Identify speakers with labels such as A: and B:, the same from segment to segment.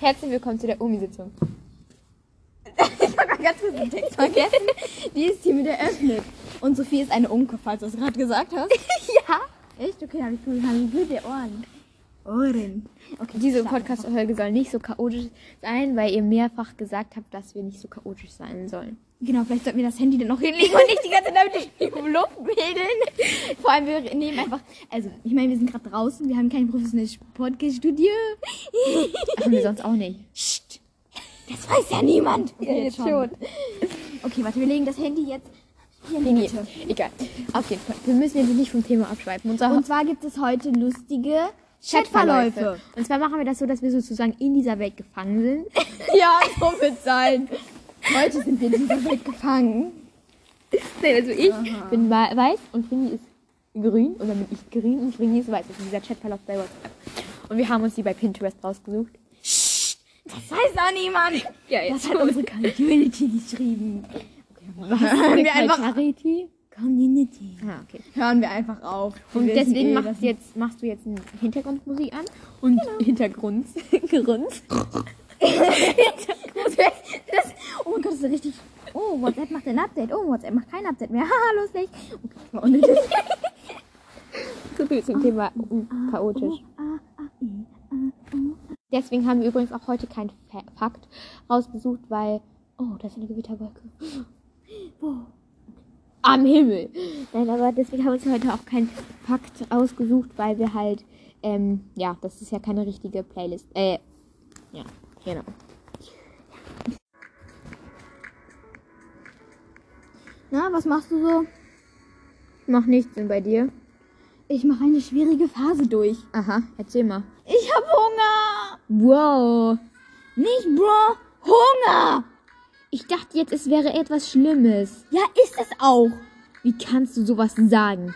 A: Herzlich willkommen zu der Umi-Sitzung. ich habe ganz kurz den Text vergessen.
B: Die ist hiermit eröffnet. Und Sophie ist eine Unke, falls du es gerade gesagt hast.
A: ja.
B: Echt? Okay, habe ich gut. Haben die gute Ohren. Ohren. Okay,
A: Diese
B: starten wir
A: Podcast-Folge soll nicht so chaotisch sein, weil ihr mehrfach gesagt habt, dass wir nicht so chaotisch sein sollen.
B: einfach. Genau, vielleicht sollten wir das Handy dann noch hinlegen und
A: Und nicht die ganze Zeit mit dem Luft wedeln.
B: Vor allem, wir nehmen einfach. Also, ich meine, wir sind gerade draußen, wir haben kein professionelles Podcast-Studio.
A: Haben wir sonst auch nicht.
B: Psst. Das weiß ja niemand.
A: Ja, jetzt schon.
B: Okay, warte, wir legen das Handy jetzt hier in die
A: Nee,
B: Mitte.
A: egal. Auf jeden Fall. Wir müssen jetzt nicht vom Thema abschweifen. Unser
B: Und zwar gibt es heute lustige Chatverläufe.
A: Und zwar machen wir das so, dass wir sozusagen in dieser Welt gefangen sind.
B: ja, so wird sein. Heute sind wir in dieser Welt gefangen.
A: Nein, also ich bin wa- weiß und Frini ist grün. Und dann bin ich grün und Frini ist weiß. Das ist dieser Chatverlauf bei WhatsApp. Und wir haben uns die bei Pinterest rausgesucht.
B: Das weiß auch niemand.
A: Ja,
B: Das hat unsere Community geschrieben.
A: haben
B: wir einfach-
A: Charity.
B: Community.
A: Ah, okay.
B: Hören wir einfach auf.
A: Und
B: Wir wissen
A: deswegen
B: eh,
A: machst,
B: dass-
A: du jetzt, machst du jetzt eine Hintergrundmusik an. Und Hintergrund. Grund.
B: das, oh mein Gott, das ist richtig. Oh, WhatsApp macht ein Update. Oh, WhatsApp macht kein Update mehr. Haha, lustig. Okay, das war unnötig.
A: So viel zum Thema mm, chaotisch. Deswegen haben wir übrigens auch heute keinen Fa- Fakt rausgesucht, weil. Oh, das ist eine Gewitterwolke.
B: Wo?
A: Am Himmel! Nein, aber deswegen haben wir uns heute auch keinen Fakt rausgesucht, weil wir halt. Ähm, ja, das ist ja keine richtige Playlist. Äh, ja, genau.
B: Na, was machst du so?
A: Noch nichts denn bei dir?
B: Ich mache eine schwierige Phase durch.
A: Aha, erzähl mal.
B: Ich hab Hunger.
A: Wow!
B: Nicht, Bro. Hunger.
A: Ich dachte jetzt, es wäre etwas Schlimmes.
B: Ja, ist es auch.
A: Wie kannst du sowas sagen?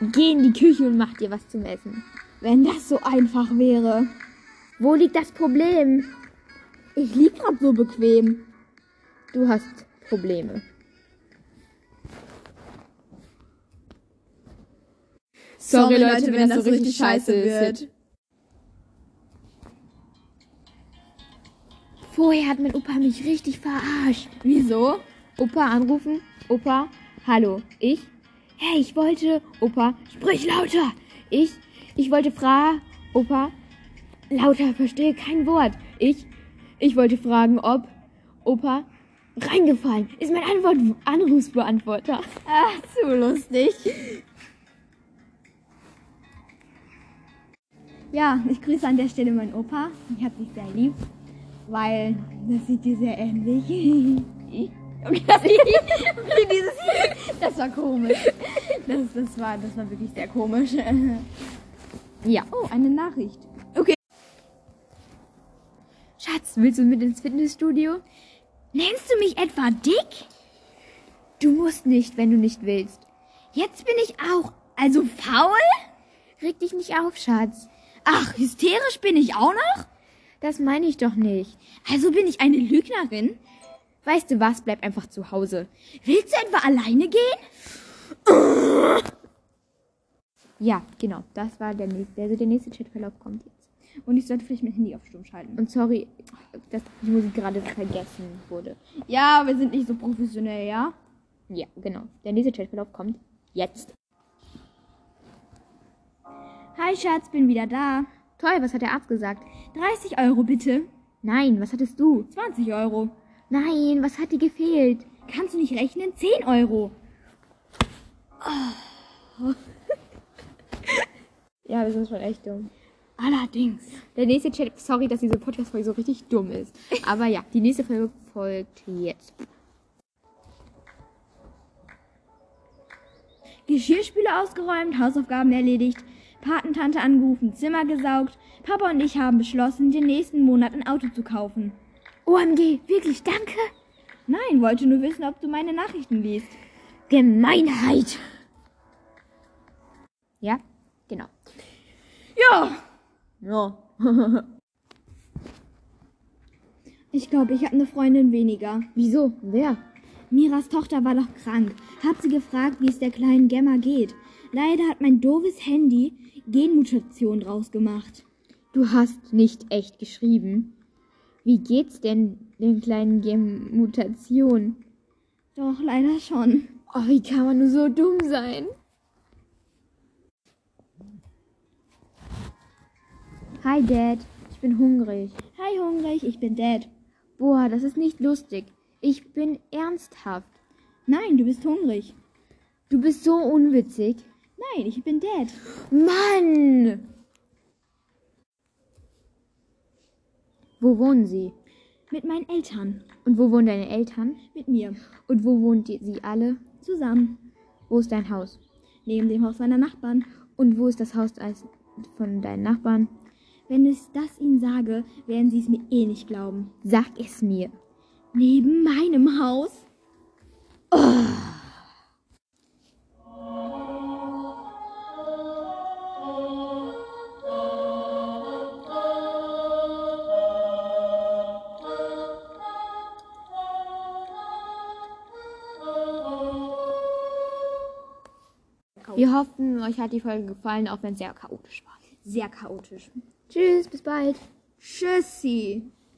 A: Geh in die Küche und mach dir was zum Essen.
B: Wenn das so einfach wäre.
A: Wo liegt das Problem?
B: Ich lieg grad so bequem.
A: Du hast Probleme. Sorry, Leute, wenn das so richtig scheiße wird. Vorher hat mein Opa mich richtig verarscht.
B: Wieso?
A: Opa anrufen. Opa, hallo. Ich? Hey, ich wollte. Opa, sprich lauter. Ich? Ich wollte fragen. Opa, lauter, verstehe kein Wort. Ich? Ich wollte fragen, ob. Opa, reingefallen. Ist mein Antwort Anrufsbeantworter.
B: Ach, zu lustig. Ja, ich grüße an der Stelle meinen Opa. Ich hab dich sehr lieb, weil das sieht dir sehr ähnlich. Okay, das, okay, dieses, das war komisch. Das, das, war, das war wirklich sehr komisch.
A: Ja.
B: Oh, eine Nachricht.
A: Schatz, willst du mit ins Fitnessstudio?
B: Nennst du mich etwa dick?
A: Du musst nicht, wenn du nicht willst.
B: Jetzt bin ich auch. Also faul?
A: Reg dich nicht auf, Schatz.
B: Ach, hysterisch bin ich auch noch?
A: Das meine ich doch nicht.
B: Also bin ich eine Lügnerin?
A: Weißt du was? Bleib einfach zu Hause.
B: Willst du etwa alleine gehen?
A: Ja, genau. Das war der nächste. Also der nächste Chatverlauf kommt jetzt.
B: Und ich sollte vielleicht mein Handy auf Stumm schalten.
A: Und sorry, dass die Musik gerade vergessen wurde.
B: Ja, wir sind nicht so professionell, ja?
A: Ja, genau. Der nächste Chatverlauf kommt jetzt.
B: Hi Schatz, bin wieder da.
A: Toll, was hat der Arzt gesagt?
B: 30 Euro bitte.
A: Nein, was hattest du?
B: 20 Euro.
A: Nein, was hat dir gefehlt?
B: Kannst du nicht rechnen? 10 Euro.
A: Ja, wir sind schon echt dumm.
B: Allerdings.
A: Der nächste Chat, sorry, dass diese Podcast-Folge so richtig dumm ist. Aber ja, die nächste Folge folgt jetzt.
B: Geschirrspüle ausgeräumt, Hausaufgaben erledigt, Patentante angerufen, Zimmer gesaugt. Papa und ich haben beschlossen, den nächsten Monat ein Auto zu kaufen.
A: OMG, wirklich, danke.
B: Nein, wollte nur wissen, ob du meine Nachrichten liest.
A: Gemeinheit. Ja, genau.
B: Ja.
A: Ja.
B: Ich glaube, ich habe eine Freundin weniger.
A: Wieso? Wer?
B: Miras Tochter war doch krank. Hab sie gefragt, wie es der kleinen Gemma geht. Leider hat mein doofes Handy Genmutation draus gemacht.
A: Du hast nicht echt geschrieben. Wie geht's denn den kleinen Gemmutationen?
B: Doch, leider schon.
A: Oh, wie kann man nur so dumm sein? Hi Dad, ich bin hungrig.
B: Hi, hungrig, ich bin dead.
A: Boah, das ist nicht lustig. Ich bin ernsthaft.
B: Nein, du bist hungrig.
A: Du bist so unwitzig.
B: Nein, ich bin dead.
A: Mann! Wo wohnen sie?
B: Mit meinen Eltern.
A: Und wo wohnen deine Eltern?
B: Mit mir.
A: Und wo wohnt ihr- sie alle?
B: Zusammen.
A: Wo ist dein Haus?
B: Neben dem Haus meiner Nachbarn.
A: Und wo ist das Haus eines- von deinen Nachbarn?
B: Wenn ich das ihnen sage, werden sie es mir eh nicht glauben.
A: Sag es mir.
B: Neben meinem Haus?
A: Wir hoffen, euch hat die Folge gefallen, auch wenn es sehr chaotisch war.
B: Sehr chaotisch.
A: Tschüss, bis bald.
B: Tschüssi.